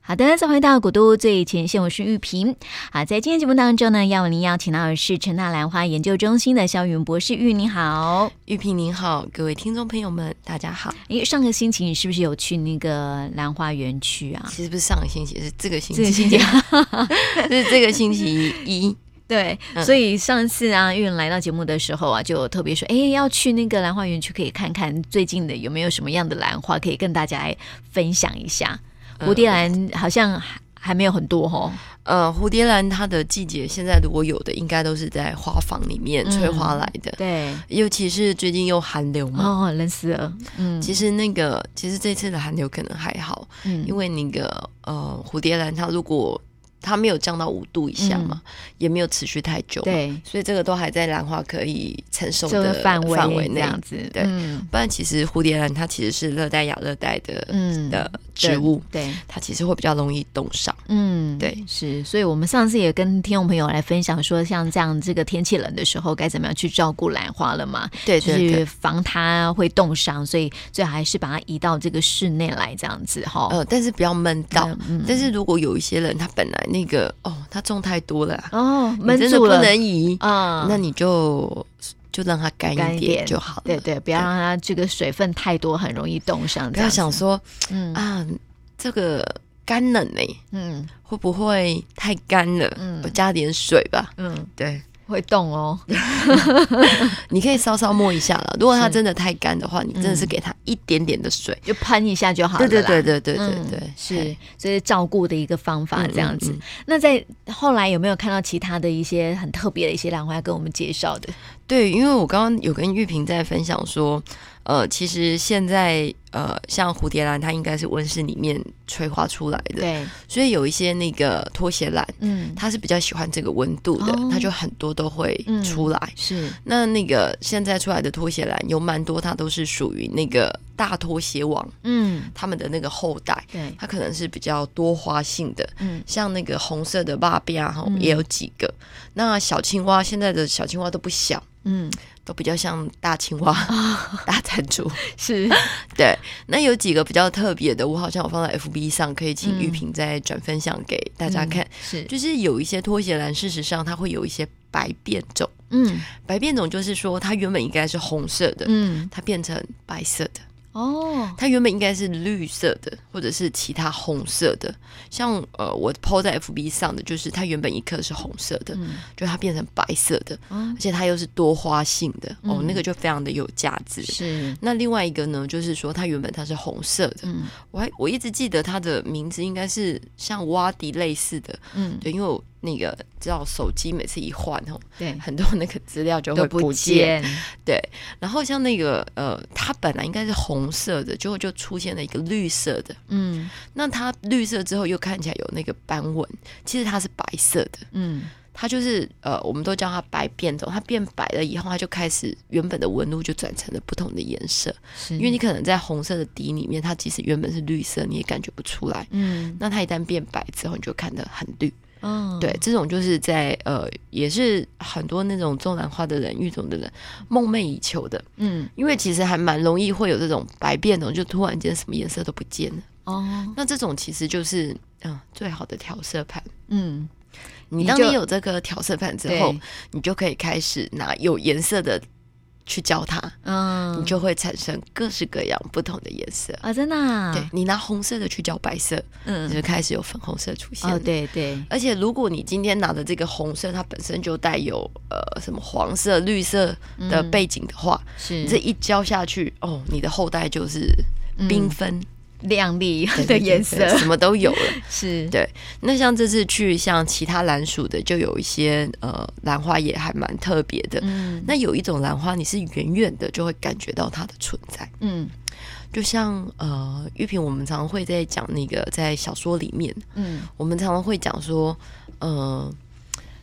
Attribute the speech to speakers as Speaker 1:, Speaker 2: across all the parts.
Speaker 1: 好的，再回到古都最前线，我是玉萍。好，在今天节目当中呢，要为您邀请到的是陈大兰花研究中心的肖云博士玉，你好。
Speaker 2: 玉萍您好，各位听众朋友们，大家好。
Speaker 1: 诶，上个星期你是不是有去那个兰花园区啊？
Speaker 2: 其实不是上个星期，是这个星
Speaker 1: 这个
Speaker 2: 期，
Speaker 1: 星 期
Speaker 2: 是这个星期一。
Speaker 1: 对，
Speaker 2: 嗯
Speaker 1: 所以上次啊，玉来到节目的时候啊，就有特别说，哎，要去那个兰花园区，可以看看最近的有没有什么样的兰花可以跟大家来分享一下。
Speaker 2: 呃
Speaker 1: 蝴蝶兰好像还还没有很多哦。
Speaker 2: 呃，蝴蝶兰它的季节现在如果有的，应该都是在花房里面
Speaker 1: 嗯
Speaker 2: 催花来的，
Speaker 1: 对，
Speaker 2: 尤其是最近又寒流嘛。
Speaker 1: 哦，冷死了。嗯
Speaker 2: 其实那个，其实这次的寒流可能还好，
Speaker 1: 嗯
Speaker 2: 因为那个呃蝴蝶兰它如果它没有降到五度以下嘛，也没有持续太久，，
Speaker 1: 嗯对，
Speaker 2: 所以这个都还在兰花可以承受
Speaker 1: 这个
Speaker 2: 的
Speaker 1: 范围
Speaker 2: 范围
Speaker 1: 这
Speaker 2: 内。
Speaker 1: 样子。
Speaker 2: 对
Speaker 1: 嗯
Speaker 2: 不然其实蝴蝶兰它其实是热带亚热带的、
Speaker 1: 嗯
Speaker 2: 的植物，
Speaker 1: 对，
Speaker 2: 它其实会比较容易冻伤。
Speaker 1: 嗯，
Speaker 2: 对
Speaker 1: 是，所以我们上次也跟听众朋友来分享说，像这样这个天气冷的时候，该怎么样去照顾兰花了嘛？
Speaker 2: 对
Speaker 1: 就
Speaker 2: 对对
Speaker 1: 是。防它会冻伤，所以最好还是把它移到这个室内来，这样子哈。
Speaker 2: 呃，但是不要闷到。
Speaker 1: 嗯
Speaker 2: 但是如果有一些人，他本来那个哦，他种太多了啊，
Speaker 1: 哦，
Speaker 2: 你
Speaker 1: 闷
Speaker 2: 真的
Speaker 1: 住
Speaker 2: 不
Speaker 1: 了，
Speaker 2: 能移，
Speaker 1: 嗯，
Speaker 2: 那你就就让它干
Speaker 1: 干一
Speaker 2: 一
Speaker 1: 点
Speaker 2: 点就好了。
Speaker 1: 对对，不要让它这个水分太多，很容易冻伤。
Speaker 2: 不
Speaker 1: 这
Speaker 2: 要
Speaker 1: 样子
Speaker 2: 想，说
Speaker 1: 嗯
Speaker 2: 啊，这个干冷呢、
Speaker 1: 嗯
Speaker 2: 会不会太干了？
Speaker 1: 嗯
Speaker 2: 我加点水吧。
Speaker 1: 嗯，
Speaker 2: 对，
Speaker 1: 会冻 哦。
Speaker 2: 你可以稍稍摸一下了。如果它
Speaker 1: 是嗯
Speaker 2: 真的太干的话，你真的是给它一点点的水。
Speaker 1: 就喷一下就好了
Speaker 2: 对
Speaker 1: 啦。
Speaker 2: 对对对对对
Speaker 1: 嗯
Speaker 2: 对，
Speaker 1: 是
Speaker 2: 嘿，
Speaker 1: 这是照顾的一个方法，
Speaker 2: 嗯
Speaker 1: 这样子。
Speaker 2: 嗯嗯
Speaker 1: 那在后来有没有看到其他的一些很特别的一些兰花要跟我们介绍的？
Speaker 2: 对，因为我刚刚有跟玉萍在分享说，呃，其实现在呃，像蝴蝶兰，它应该是温室里面催化出来的，
Speaker 1: 对，
Speaker 2: 所以有一些那个拖鞋兰，
Speaker 1: 嗯，
Speaker 2: 它是比较喜欢这个温度的，
Speaker 1: 哦
Speaker 2: 它就很多都会
Speaker 1: 嗯
Speaker 2: 出来。
Speaker 1: 是，
Speaker 2: 那那个现在出来的拖鞋兰有蛮多，它都是属于那个大拖鞋王
Speaker 1: 嗯，
Speaker 2: 他们的那个后代，
Speaker 1: 对，
Speaker 2: 它可能是比较多花性的，
Speaker 1: 嗯，
Speaker 2: 像那个红色的蜡边哈
Speaker 1: 嗯
Speaker 2: 也有几个。那小青蛙现在的小青蛙都不小，
Speaker 1: 嗯，
Speaker 2: 都比较像大青蛙、
Speaker 1: 哦
Speaker 2: 大蟾蜍。
Speaker 1: 是，
Speaker 2: 对，那有几个比较特别的，我好像有放在 FB 上，可以
Speaker 1: 嗯
Speaker 2: 请玉萍再转分享给大家看。
Speaker 1: 是，
Speaker 2: 就是有一些拖鞋兰，事实上它会有一些白变种，
Speaker 1: 嗯
Speaker 2: 白变种就是说它原本应该是红色的。
Speaker 1: 嗯，
Speaker 2: 它变成白色的，
Speaker 1: 哦，
Speaker 2: 它原本应该是绿色的，或者是其他红色的。像呃，我 PO 在 FB 上的，就是它原本一颗是红色的，
Speaker 1: 嗯，
Speaker 2: 就它变成白色的，
Speaker 1: 哦
Speaker 2: 而，且它又是多花性的，哦，
Speaker 1: 嗯
Speaker 2: 那个就非常的有价值。
Speaker 1: 是，
Speaker 2: 那另外一个呢，就是说它原本它是红色的，
Speaker 1: 嗯
Speaker 2: 我还我一直记得它的名字应该是像蛙迪类似的，
Speaker 1: 嗯，
Speaker 2: 对，因为我那个知道手机每次一换哦，
Speaker 1: 对，
Speaker 2: 很多那个资料就
Speaker 1: 都
Speaker 2: 会
Speaker 1: 不
Speaker 2: 见，
Speaker 1: 见，
Speaker 2: 对。然后像那个呃，它本来应该是红色的，结果就出现了一个绿色的，
Speaker 1: 嗯
Speaker 2: 那它绿色之后又看起来有那个斑纹，其实它是白色的，
Speaker 1: 嗯，
Speaker 2: 它就是呃，我们都叫它白变种，它变白了以后，它就开始原本的纹路就转成了不同的颜色，
Speaker 1: 是，
Speaker 2: 因为你，可能在红色的底里面，它即使原本是绿色，你也感觉不出来。
Speaker 1: 嗯，
Speaker 2: 那它一旦变白之后，你就看得很绿。
Speaker 1: 哦，
Speaker 2: 对，，这种就是在呃，也是很多那种种兰花的人、育种的人梦寐以求的，
Speaker 1: 嗯，
Speaker 2: 因为其实还蛮容易会有这种白变种，就突然间什么颜色都不见了。
Speaker 1: 哦，
Speaker 2: 那这种其实就是嗯、最好的调色盘。
Speaker 1: 嗯，
Speaker 2: 你
Speaker 1: 你
Speaker 2: 当
Speaker 1: 就
Speaker 2: 你有这个调色盘之
Speaker 1: 对
Speaker 2: 后，，你就可以开始拿有颜色的去教它，
Speaker 1: 嗯，
Speaker 2: 你就会产生各式各样不同的颜色。
Speaker 1: 啊，真的啊，
Speaker 2: 对你拿红色的去教白色，你
Speaker 1: 嗯，
Speaker 2: 就开始有粉红色出现。
Speaker 1: 哦，。对对，
Speaker 2: 而且，如果你今天拿的这个红色，它本身就带有呃什么黄色、绿色的
Speaker 1: 嗯
Speaker 2: 背景的话，
Speaker 1: 是
Speaker 2: 你这一浇下去，哦，你的后代就是缤 纷
Speaker 1: 亮丽的
Speaker 2: 对对对
Speaker 1: 嗯颜色
Speaker 2: 对什么都有了。
Speaker 1: 是，
Speaker 2: 对，那像这次去像其他兰属的，就有一些呃兰花也还蛮特别的。
Speaker 1: 嗯
Speaker 2: 那有一种兰花，你是远远的就会感觉到它的存在，
Speaker 1: 嗯
Speaker 2: 就像呃玉萍，我们常常会在讲那个在小说里面，
Speaker 1: 嗯
Speaker 2: 我们常常会讲说，呃，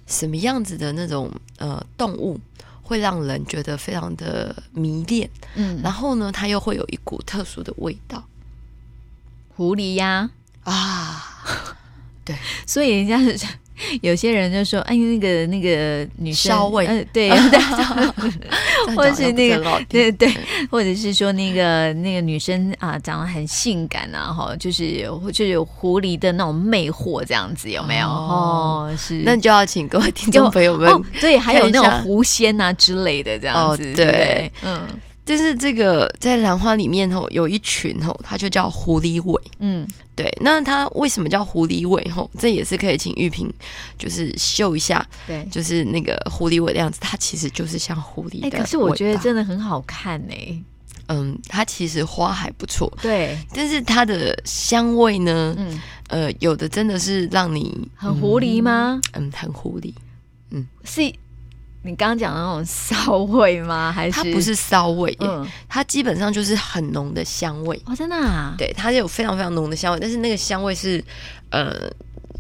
Speaker 2: 什么样子的那种呃动物会让人觉得非常的迷恋，
Speaker 1: 嗯，
Speaker 2: 然后呢，它又会有一股特殊的味道
Speaker 1: 狐狸呀，
Speaker 2: 啊，
Speaker 1: 所以人家是有些人就说，哎，那个那个女生，
Speaker 2: 稍微
Speaker 1: 呃 对对，或是那个
Speaker 2: 个
Speaker 1: 对对，或者是说那个那个女生啊，长得很性感啊，哈，就是就是有狐狸的那种魅惑，这样子有没有？
Speaker 2: 哦
Speaker 1: 哦，是
Speaker 2: 那就要请各位听众朋友们，
Speaker 1: 哦，对，还有
Speaker 2: 看一
Speaker 1: 那
Speaker 2: 下
Speaker 1: 种狐仙啊之类的这样
Speaker 2: 哦
Speaker 1: 子，
Speaker 2: 对
Speaker 1: 不对，嗯
Speaker 2: 就是这个在兰花里面吼，有一群吼，它就叫狐狸尾。
Speaker 1: 嗯，
Speaker 2: 对，那它为什么叫狐狸尾？吼，这也是可以请玉萍就是秀一下，
Speaker 1: 对。
Speaker 2: 就是那个狐狸尾的样子，它其实就是像狐狸
Speaker 1: 哎，
Speaker 2: 的尾巴。
Speaker 1: 可是我觉得真的很好看哎、
Speaker 2: 嗯，它其实花还不错，
Speaker 1: 对，
Speaker 2: 但是它的香味呢，
Speaker 1: 嗯，
Speaker 2: 呃，有的真的是让你
Speaker 1: 很狐狸吗？
Speaker 2: 嗯很狐狸，嗯
Speaker 1: 是你刚刚讲的那种骚味吗？ 还是
Speaker 2: 它不？是骚味耶，
Speaker 1: 嗯，
Speaker 2: 它基本上就是很浓的香味。
Speaker 1: 哦，真的、啊，
Speaker 2: 对，它有非常非常浓的香味，但是那个香味是，呃，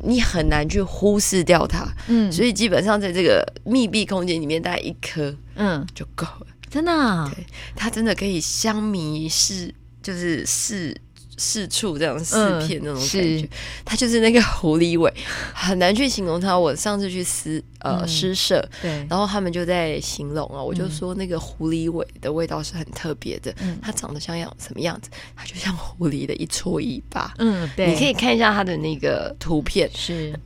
Speaker 2: 你很难去忽视掉它，
Speaker 1: 嗯
Speaker 2: 所以基本上在这个密闭空间里面，大概一颗
Speaker 1: 嗯，
Speaker 2: 就够了。
Speaker 1: 真的、啊，
Speaker 2: 对它真的可以香迷四，就是四四处这样四
Speaker 1: 嗯
Speaker 2: 片那种感
Speaker 1: 是
Speaker 2: 觉，它就是那个狐狸尾，很难去形容它。我上次去诗呃
Speaker 1: 嗯
Speaker 2: 诗社，
Speaker 1: 对，
Speaker 2: 然后他们就在形容啊，我就
Speaker 1: 嗯
Speaker 2: 说那个狐狸尾的味道是很特别的，
Speaker 1: 嗯
Speaker 2: 它长得像样什么样子？它就像狐狸的一撮尾巴。
Speaker 1: 嗯，对，
Speaker 2: 你可以看一下它的那个图片，嗯
Speaker 1: 是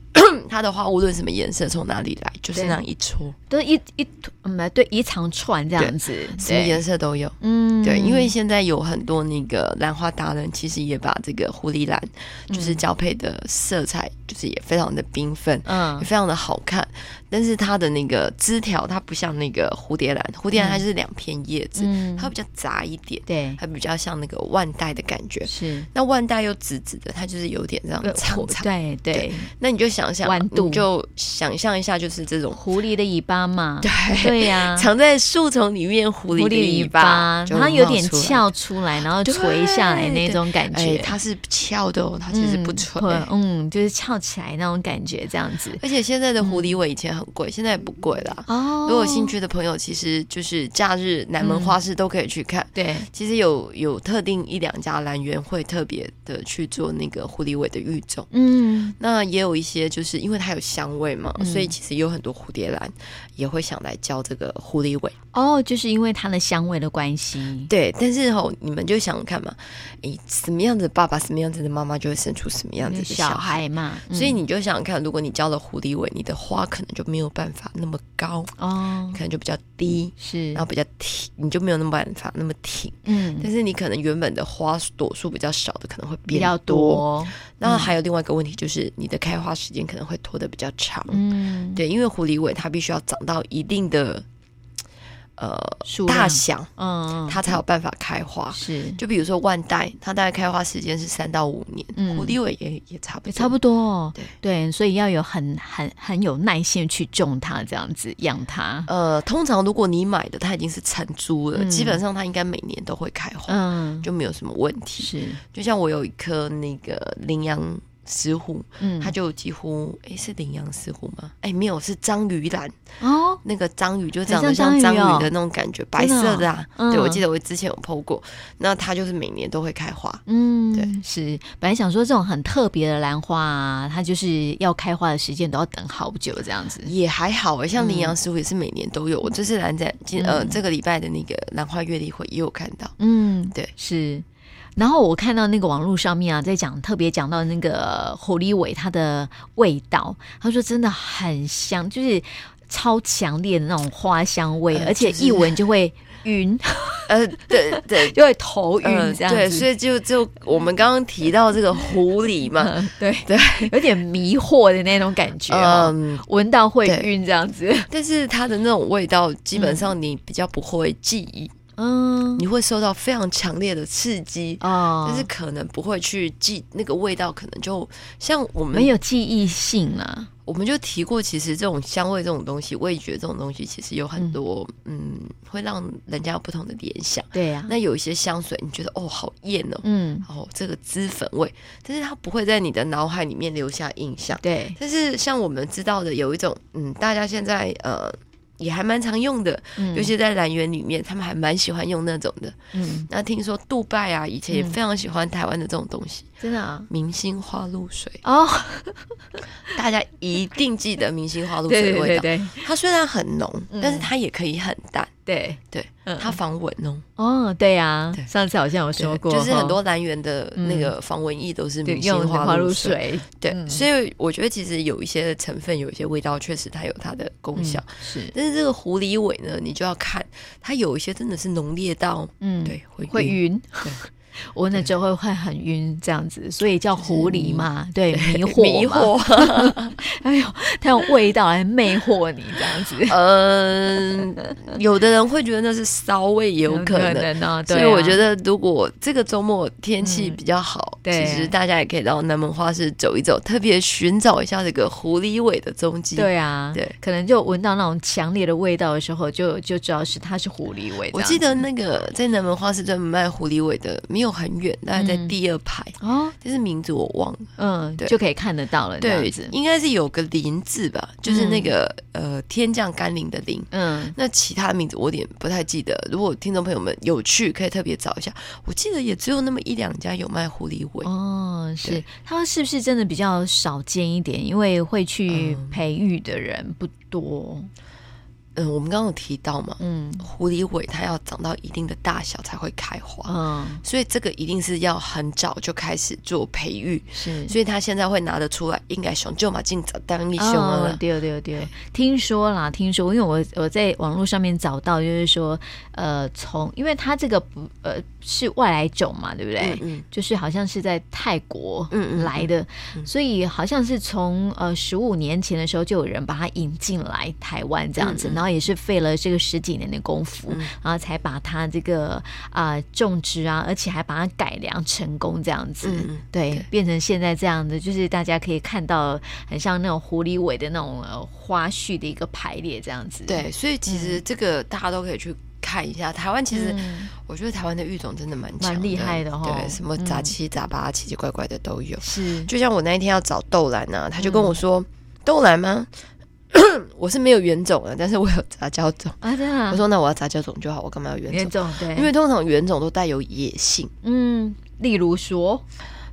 Speaker 2: 它的花无论什么颜色从哪里来，就是
Speaker 1: 对
Speaker 2: 那样一撮，
Speaker 1: 都一一嗯，对，一长串这样子，
Speaker 2: 什么
Speaker 1: 对，
Speaker 2: 颜色都有。
Speaker 1: 嗯，
Speaker 2: 对，因为现在有很多那个兰花达人，其实也把这个狐狸兰，就是交配的色彩，就是也非常的缤纷。
Speaker 1: 嗯
Speaker 2: 也非常的好看，但是它的那个枝条，它不像那个蝴蝶兰，蝴蝶兰它就是两片叶子，
Speaker 1: 嗯
Speaker 2: 它，比较杂一点，
Speaker 1: 对，
Speaker 2: 它比较像那个腕带的感觉。
Speaker 1: 是
Speaker 2: 那腕带又直直的，它就是有点这样长嗯长。
Speaker 1: 对对
Speaker 2: 对，那你就想想，
Speaker 1: 弯度
Speaker 2: 你就想象一下，就是这种
Speaker 1: 狐狸的尾巴嘛，
Speaker 2: 对
Speaker 1: 对 呀、
Speaker 2: 藏在树丛里面狐狸的尾巴，就
Speaker 1: 它有
Speaker 2: 冒
Speaker 1: 点
Speaker 2: 出来。
Speaker 1: 翘出来，然后垂下来那种感
Speaker 2: 哎，
Speaker 1: 觉。
Speaker 2: 它是翘的哦，它其实不
Speaker 1: 垂
Speaker 2: 垂。，
Speaker 1: 嗯，就是翘起来那种感觉，这样子。
Speaker 2: 而且现在的狐狸尾以前很贵，现在也不贵啦。
Speaker 1: 嗯哦嗯
Speaker 2: 如果有兴，趣的朋友，其实就是假日南门花市都可以去看。
Speaker 1: 对，
Speaker 2: 其实有有特定一两家兰园会特别的去做那个狐狸尾的育种。
Speaker 1: 嗯，
Speaker 2: 那也有一些，就是因为它有香味嘛，
Speaker 1: 嗯
Speaker 2: 所以其实有很多蝴蝶兰也会想来教这个狐狸尾。
Speaker 1: 哦，就是因为它的香味的关系，
Speaker 2: 对，但是吼、你们就想想看嘛，诶，什么样子的爸爸，什么样子的妈妈，就会生出什么样子
Speaker 1: 那
Speaker 2: 的
Speaker 1: 小
Speaker 2: 小孩。
Speaker 1: 孩嘛，嗯
Speaker 2: 所以你就想想看，如果你教了狐狸尾，你的花可能就没有办法那么高，
Speaker 1: 哦
Speaker 2: 可能就比较低，
Speaker 1: 是
Speaker 2: 然后，比较挺，你就没有那么办法那么挺。
Speaker 1: 嗯，
Speaker 2: 但是你可能原本的花朵数比较少的，可能会
Speaker 1: 比
Speaker 2: 变
Speaker 1: 较多，嗯
Speaker 2: 那还有另外一个问题就是，你的开花时间可能会拖得比较长。
Speaker 1: 嗯，
Speaker 2: 对，因为狐狸尾它必须要长到一定的呃
Speaker 1: 数量
Speaker 2: 大小，
Speaker 1: 嗯，嗯嗯
Speaker 2: 它才有办法开花。
Speaker 1: 是
Speaker 2: 就比如说万代，它大概开花时间是三到五年，
Speaker 1: 嗯
Speaker 2: 狐狸尾也也差不多，
Speaker 1: 也差不多哦
Speaker 2: 对，
Speaker 1: 对，所以要有很很很有耐心去种它，这样子养它，
Speaker 2: 呃，通常如果你买的它已经是成株了，
Speaker 1: 嗯
Speaker 2: 基本上它应该每年都会开花，
Speaker 1: 嗯，
Speaker 2: 呃就没有什么问题。
Speaker 1: 是，
Speaker 2: 就像我有一颗那个羚羊石斛，
Speaker 1: 嗯，
Speaker 2: 它就几乎诶是羚羊石斛吗？诶，没有，是章鱼兰。
Speaker 1: 哦，
Speaker 2: 那个章鱼就
Speaker 1: 很
Speaker 2: 长得
Speaker 1: 像
Speaker 2: 像
Speaker 1: 章
Speaker 2: 章
Speaker 1: 鱼哦
Speaker 2: 鱼的那种感觉，白色的啊。
Speaker 1: 嗯
Speaker 2: 对，我记得我之前有剖过，那它就是每年都会开花。
Speaker 1: 嗯，
Speaker 2: 对，
Speaker 1: 是。本来想说这种很特别的兰花啊，它就是要开花的时间都要等好久这样子。
Speaker 2: 也还好诶，像
Speaker 1: 嗯
Speaker 2: 羚羊石斛也是每年都有。我这次兰展今呃这个礼拜的那个兰花月例会也有看到，
Speaker 1: 嗯，
Speaker 2: 对，
Speaker 1: 是。然后我看到那个网络上面啊，在讲特别讲到那个狐狸尾它的味道，他说真的很香，就是超强烈的那种花香味，
Speaker 2: 呃
Speaker 1: 而且
Speaker 2: 就是
Speaker 1: 一嗯闻就会晕，。
Speaker 2: 呃，对 对
Speaker 1: 就会头晕
Speaker 2: 嗯，
Speaker 1: 这样子。
Speaker 2: 对，所以就就我们刚刚提到这个狐狸嘛，
Speaker 1: 嗯对
Speaker 2: 对，
Speaker 1: 有点迷惑的那种感觉、哦，
Speaker 2: 嗯，
Speaker 1: 闻到会
Speaker 2: 对
Speaker 1: 晕这样子。
Speaker 2: 但是它的那种味道，基本上你比较不会记忆，
Speaker 1: 嗯，
Speaker 2: 你会受到非常强烈的刺激，
Speaker 1: 哦，
Speaker 2: 但是可能不会去记那个味道，可能就像我们
Speaker 1: 没有记忆性啊啦。
Speaker 2: 我们就提过，其实这种香味这种东西，味觉这种东西，其实有很多嗯会让人家有不同的联想。
Speaker 1: 对呀、
Speaker 2: 那有一些香水，你觉得哦好艳哦，
Speaker 1: 嗯，
Speaker 2: 哦这个脂粉味，但是它不会在你的脑海里面留下印象。
Speaker 1: 对，
Speaker 2: 但是像我们知道的，有一种嗯，大家现在呃也还蛮常用的，
Speaker 1: 嗯
Speaker 2: 尤其在兰园里面，他们还蛮喜欢用那种的。
Speaker 1: 嗯，
Speaker 2: 那听说杜拜啊，以前也
Speaker 1: 嗯
Speaker 2: 非常喜欢台湾的这种东西，
Speaker 1: 真的啊，
Speaker 2: 明星花露水，
Speaker 1: 哦，
Speaker 2: 大家一定记得明星花露水
Speaker 1: 对
Speaker 2: 的味
Speaker 1: 对
Speaker 2: 道。
Speaker 1: 对对
Speaker 2: 它虽然很浓，
Speaker 1: 嗯
Speaker 2: 但是它也可以很淡，
Speaker 1: 对
Speaker 2: 对，
Speaker 1: 嗯
Speaker 2: 它防蚊哦。
Speaker 1: 哦，对呀
Speaker 2: 对，
Speaker 1: 上次好像有
Speaker 2: 对
Speaker 1: 说过，
Speaker 2: 就是很
Speaker 1: 哦
Speaker 2: 多兰园的那个防蚊液都是
Speaker 1: 对
Speaker 2: 明星
Speaker 1: 用
Speaker 2: 花
Speaker 1: 花
Speaker 2: 露
Speaker 1: 露
Speaker 2: 水。
Speaker 1: 水
Speaker 2: 对，
Speaker 1: 嗯
Speaker 2: 所以我觉得其实有一些成分，有一些味道，确实它有它的功效。
Speaker 1: 嗯是，
Speaker 2: 但是这个狐狸尾呢，你就要看它有一些真的是浓烈到，
Speaker 1: 嗯，
Speaker 2: 对，会
Speaker 1: 会
Speaker 2: 晕
Speaker 1: 晕
Speaker 2: 对，
Speaker 1: 闻了之后会很晕这样子，所以叫狐狸嘛，对，迷惑
Speaker 2: 嗯迷
Speaker 1: 嘛，
Speaker 2: 惑。
Speaker 1: 哎呦，它用味道来魅惑你这样子，
Speaker 2: 嗯，有的人会觉得那是骚味， 也有可能。
Speaker 1: 哦，对
Speaker 2: 所
Speaker 1: 啊，
Speaker 2: 以我觉得，如果这个周末天气
Speaker 1: 嗯
Speaker 2: 比较好，
Speaker 1: 对
Speaker 2: 其实大家也可以到南门花市走一走，特别寻找一下这个狐狸尾的踪迹。，
Speaker 1: 对啊，
Speaker 2: 对
Speaker 1: 可能就闻到那种强烈的味道的时候，就就知道是它是狐狸味这样子。
Speaker 2: 我记得那个在南门花市专门卖狐狸尾的，没有很远，大概在
Speaker 1: 嗯
Speaker 2: 第二排，
Speaker 1: 哦，
Speaker 2: 但是名字我忘了。
Speaker 1: 嗯，
Speaker 2: 对
Speaker 1: 就可以看得到了，这样
Speaker 2: 对
Speaker 1: 子，，
Speaker 2: 应该是有个林字吧，就是那个、呃天降甘霖的霖。
Speaker 1: 嗯，
Speaker 2: 那其他名字我有点不太记得，如果听众朋友们有去，可以特别找一下。我记得也只有那么一两家有卖狐狸尾。
Speaker 1: 哦，是
Speaker 2: 对
Speaker 1: 它是不是真的比较少见一点？因为会去
Speaker 2: 嗯
Speaker 1: 培育的人不多，
Speaker 2: 嗯，我们刚刚有提到嘛，
Speaker 1: 嗯
Speaker 2: 狐狸尾它要长到一定的大小才会开花，
Speaker 1: 嗯，
Speaker 2: 所以这个一定是要很早就开始做培育。
Speaker 1: 是。
Speaker 2: 所以它现在会拿得出来，应该熊就嘛进早当一熊
Speaker 1: 哦
Speaker 2: 了，。
Speaker 1: 对对 对，听说啦，听说，因为我我在网络上面找到，就是说，呃，从因为它这个不呃是外来种嘛，对不对？
Speaker 2: 嗯嗯
Speaker 1: 就是好像是在泰国
Speaker 2: 嗯嗯嗯
Speaker 1: 来的，所以好像是从呃十五年前的时候就有人把它引进来台湾这样子，
Speaker 2: 嗯嗯
Speaker 1: 然后也是费了这个十几年的功夫，
Speaker 2: 嗯
Speaker 1: 然后才把它这个啊、种植啊，而且还把它改良成功这样子。
Speaker 2: 嗯嗯
Speaker 1: 对，
Speaker 2: 对
Speaker 1: 变成现在这样的，就是大家可以看到很像那种狐狸尾的那种、呃、花絮的一个排列这样子。
Speaker 2: 对，所以其实这个大家都可以去看一下。台湾其实
Speaker 1: 嗯，
Speaker 2: 我觉得台湾的育种真的蛮强
Speaker 1: 蛮厉害的哦嗯
Speaker 2: 对，什么杂七杂八、奇奇怪怪的都有。
Speaker 1: 是
Speaker 2: 就像我那一天要找豆兰啊，他就
Speaker 1: 嗯
Speaker 2: 跟我说：“豆兰吗？” 我是没有原种的，但是我有杂交种。
Speaker 1: 啊，真的啊
Speaker 2: 我，说：“那我要杂交种就好，我干嘛要原种
Speaker 1: 严？”重对，
Speaker 2: 因为通常原种都带有野性，
Speaker 1: 嗯，例如说，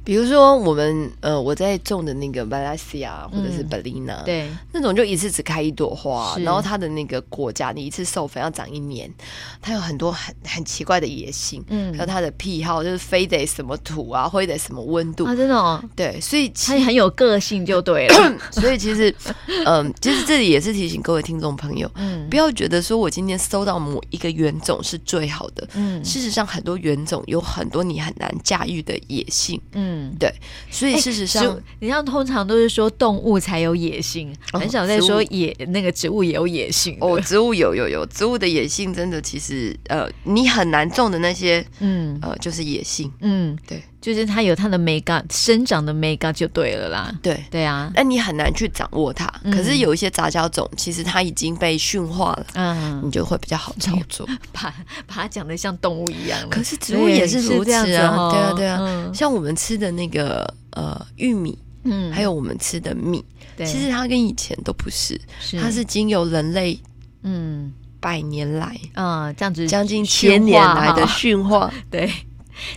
Speaker 2: 比如说我们呃我在种的那个 b a l a s i a 或者是
Speaker 1: 嗯
Speaker 2: Belina，、，
Speaker 1: 对，
Speaker 2: 那种就一次只开一朵花，
Speaker 1: 是
Speaker 2: 然后它的那个果荚你一次授粉要长一年，它有很多很很奇怪的野性，
Speaker 1: 嗯
Speaker 2: 还有它的癖好就是非得什么土啊，非得什么温度，
Speaker 1: 啊，真的哦，
Speaker 2: 对，所以 其
Speaker 1: 他也很有个性就对了，
Speaker 2: 所以其实嗯，其实这里也是提醒各位听众朋友，
Speaker 1: 嗯
Speaker 2: 不要觉得说我今天搜到某一个原种是最好的。
Speaker 1: 嗯
Speaker 2: 事实上，很多原种有很多你很难驾驭的野性，
Speaker 1: 嗯。
Speaker 2: 所以事实上，
Speaker 1: 植物你像通常都是说动物才有野性，
Speaker 2: 哦
Speaker 1: 很少在说野那个植物也有野性的。
Speaker 2: 哦，植物有有有，植物的野性真的其实呃，你很难种的那些
Speaker 1: 嗯
Speaker 2: 呃，就是野性。
Speaker 1: 嗯，
Speaker 2: 对
Speaker 1: 就是它有它的美感，生长的美感就对了啦。
Speaker 2: 对，
Speaker 1: 对啊，
Speaker 2: 但你很难去掌握它。
Speaker 1: 嗯
Speaker 2: 可是有一些杂交种，其实它已经被驯化了，
Speaker 1: 嗯，
Speaker 2: 你就会比较好操作。
Speaker 1: 把把它讲的像动物一样了。
Speaker 2: 可是植物也是
Speaker 1: 对
Speaker 2: 如
Speaker 1: 这
Speaker 2: 此
Speaker 1: 样
Speaker 2: 啊，
Speaker 1: 子
Speaker 2: 对
Speaker 1: 哦
Speaker 2: 啊对啊。
Speaker 1: 嗯
Speaker 2: 像我们吃的那个呃玉米，
Speaker 1: 嗯，
Speaker 2: 还有我们吃的米，
Speaker 1: 对
Speaker 2: 其实它跟以前都不是，
Speaker 1: 是
Speaker 2: 它是经由人类
Speaker 1: 嗯
Speaker 2: 百年来。
Speaker 1: 啊，这样子
Speaker 2: 将近
Speaker 1: 驯
Speaker 2: 千年
Speaker 1: 化
Speaker 2: 来的
Speaker 1: 哈
Speaker 2: 驯化，
Speaker 1: 对，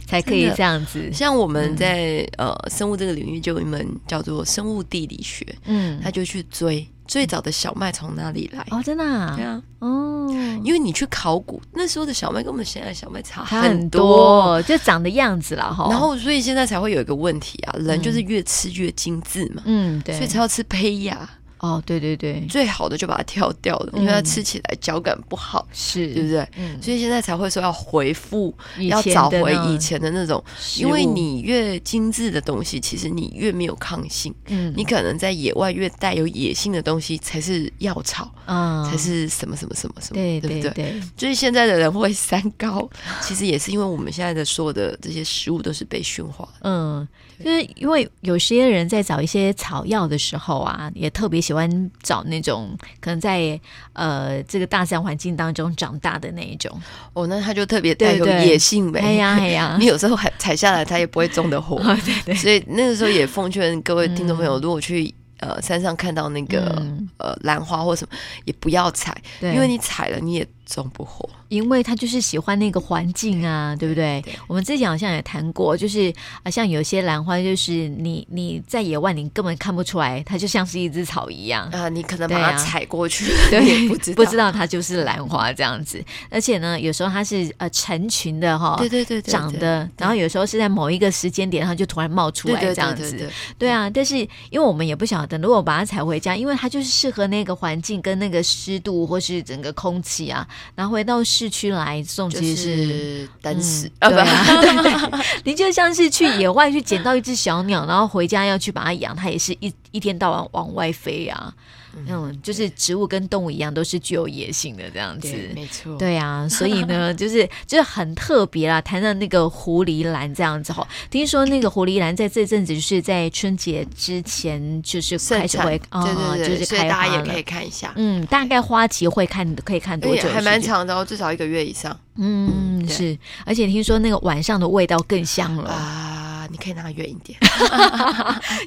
Speaker 1: 才可以
Speaker 2: 真的
Speaker 1: 这样子。
Speaker 2: 像我们
Speaker 1: 嗯
Speaker 2: 在、呃生物这个领域就有一门叫做生物地理学，
Speaker 1: 嗯，
Speaker 2: 他就去追最早的小麦从哪里来。
Speaker 1: 哦，真的啊
Speaker 2: 对啊，
Speaker 1: 哦，
Speaker 2: 因为你去考古，那时候的小麦跟我们现在的小麦差
Speaker 1: 它
Speaker 2: 很
Speaker 1: 很
Speaker 2: 多。
Speaker 1: 多，就长的样子啦，哈。
Speaker 2: 然，后，所以现在才会有一个问题啊，人就是越吃越精致嘛，
Speaker 1: 嗯，对，
Speaker 2: 所以才要吃胚芽，
Speaker 1: 哦，对对对，
Speaker 2: 最好的就把它挑掉了，
Speaker 1: 嗯
Speaker 2: 因为它吃起来脚感不好，
Speaker 1: 是，
Speaker 2: 对不对？
Speaker 1: 嗯，
Speaker 2: 所以现在才会说要回复，
Speaker 1: 以
Speaker 2: 要
Speaker 1: 前
Speaker 2: 找
Speaker 1: 的
Speaker 2: 回
Speaker 1: 那
Speaker 2: 以前的那种，
Speaker 1: 食
Speaker 2: 因为
Speaker 1: 物，
Speaker 2: 你越精致的东西，其实你越没有抗性，
Speaker 1: 嗯，
Speaker 2: 你可能在野外越带有野性的东西才是药草，
Speaker 1: 啊，
Speaker 2: 才是什么什么什么什么，
Speaker 1: 对
Speaker 2: 不
Speaker 1: 对对，
Speaker 2: 就是现在的人会三高， 其实也是因为我们现在的所有的这些食物都是被驯化的。
Speaker 1: 嗯，就是因为有些人在找一些草药的时候啊，也特别喜欢找那种可能在呃这个大自然环境当中长大的那一种。
Speaker 2: 哦，那它就特别带有
Speaker 1: 对对
Speaker 2: 野性美。
Speaker 1: 哎呀哎呀
Speaker 2: 你，有时 候还采下来，它也不会种得活。
Speaker 1: 啊对对，
Speaker 2: 所以那个时候也奉劝各位听众朋友，如果去呃山上看到那个、
Speaker 1: 嗯
Speaker 2: 呃兰花或什么，也不要采，
Speaker 1: 对，
Speaker 2: 因为你采了你也种不活。
Speaker 1: 因为他就是喜欢那个环境啊，对不对？
Speaker 2: 对
Speaker 1: 我们之前好像也谈过，就是啊，像有些兰花，就是你你在野外你根本看不出来，它就像是一只草一 样。
Speaker 2: 啊、你可能
Speaker 1: 对
Speaker 2: 把
Speaker 1: 啊
Speaker 2: 它踩过去，你
Speaker 1: 对，
Speaker 2: 也不知道。
Speaker 1: 不知道它就是兰花这样子，而且呢，有时候它是呃成群的哈、
Speaker 2: 对对对对对，
Speaker 1: 长的，然后有时候是在某一个时间点，它就突然冒出
Speaker 2: 对
Speaker 1: 来
Speaker 2: 对
Speaker 1: 这
Speaker 2: 对
Speaker 1: 样
Speaker 2: 对
Speaker 1: 子。
Speaker 2: 对，
Speaker 1: 对啊，但是因为我们也不晓得，如果把它采回家，因为它就是适合那个环境跟那个湿度或是整个空气啊，然后回到市区来种，
Speaker 2: 就
Speaker 1: 其实是
Speaker 2: 是单死、
Speaker 1: 嗯对
Speaker 2: 啊
Speaker 1: 啊， 对对，你就像是去野外去捡到一只小鸟，然后回家要去把它养，它也是一一天到晚往外飞啊。嗯，就是植物跟动物一样，都是具有野性的这样
Speaker 2: 不，
Speaker 1: 子。
Speaker 2: 对，没错，
Speaker 1: 对啊，所以呢， 就是就是很特别啦。谈到那个狐狸兰这样子哈，听说那个狐狸兰在这阵子就是在春节之前就是
Speaker 2: 盛
Speaker 1: 开始
Speaker 2: 产
Speaker 1: 会啊、
Speaker 2: 对对对，
Speaker 1: 就是
Speaker 2: 所以
Speaker 1: 开
Speaker 2: 大
Speaker 1: 花
Speaker 2: 家也
Speaker 1: 了。
Speaker 2: 可以看一下，
Speaker 1: 嗯，大概花期会看可以看
Speaker 2: 而
Speaker 1: 多
Speaker 2: 且
Speaker 1: 久？
Speaker 2: 还蛮。长的哦，至少一个月以上
Speaker 1: 嗯，
Speaker 2: 嗯对
Speaker 1: 是，而且听说那个晚上的味道更香了，
Speaker 2: 啊。你可以拿远一 点，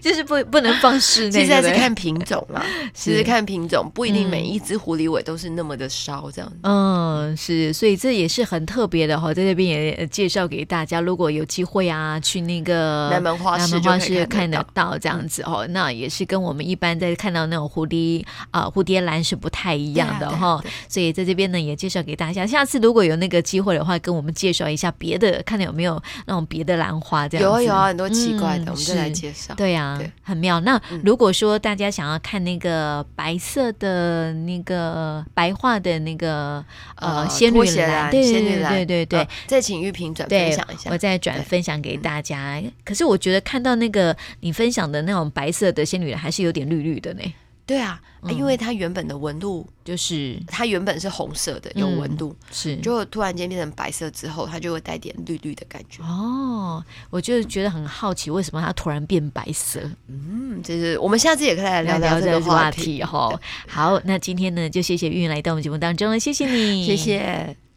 Speaker 1: 就是不不能放室内。
Speaker 2: 其实还是
Speaker 1: 对不对
Speaker 2: 看品种啦，其
Speaker 1: 是
Speaker 2: 实看品种，不一
Speaker 1: 嗯
Speaker 2: 定每一只狐狸尾都是那么的烧这样子。
Speaker 1: 嗯，是，所以这也是很特别的哈，在这边也呃介绍给大家，如果有机会啊，去那个
Speaker 2: 南门花
Speaker 1: 南
Speaker 2: 市
Speaker 1: 门
Speaker 2: 就
Speaker 1: 花
Speaker 2: 可以
Speaker 1: 市看
Speaker 2: 看
Speaker 1: 得
Speaker 2: 到，
Speaker 1: 到这样子哦，那也是跟我们一般在看到那种蝴蝶啊、蝴蝶兰是不太一样的
Speaker 2: 对啊
Speaker 1: 哈、所以在这边呢也介绍给大家，下次如果有那个机会的话，跟我们介绍一下别的，看看有没有那种别的兰花这样
Speaker 2: 有啊
Speaker 1: 子
Speaker 2: 有啊，很多奇怪的，
Speaker 1: 嗯
Speaker 2: 我们再来
Speaker 1: 是
Speaker 2: 介绍。
Speaker 1: 对呀、
Speaker 2: 对
Speaker 1: 很妙。那
Speaker 2: 嗯
Speaker 1: 如果说大家想要看那个白色的那个呃白话的那个呃仙女
Speaker 2: 拖鞋
Speaker 1: 兰，
Speaker 2: 兰，
Speaker 1: 对
Speaker 2: 仙
Speaker 1: 对
Speaker 2: 女
Speaker 1: 对
Speaker 2: 兰，
Speaker 1: 对对对
Speaker 2: 啊，再请玉萍转分
Speaker 1: 对
Speaker 2: 享一下
Speaker 1: 我。再转
Speaker 2: 对嗯
Speaker 1: 分享给大家。可是我觉得看到那个你分享的那种白色的仙女兰，还是有点绿绿的呢，
Speaker 2: 对啊，
Speaker 1: 嗯
Speaker 2: 啊因为它原本的纹路，
Speaker 1: 就是
Speaker 2: 它原本是红色的，
Speaker 1: 嗯
Speaker 2: 有纹路，
Speaker 1: 是
Speaker 2: 就突然间变成白色之后，它就会带点绿绿的感觉。
Speaker 1: 哦，我就觉得很好奇，为什么它突然变白色？
Speaker 2: 嗯，就是我们下次也可以来聊
Speaker 1: 聊
Speaker 2: 聊
Speaker 1: 这
Speaker 2: 这个
Speaker 1: 个
Speaker 2: 话
Speaker 1: 话哦
Speaker 2: 题。
Speaker 1: 题哈。好，那今天呢，就谢谢玉云来到我们节目当中了，谢谢你，
Speaker 2: 谢。谢。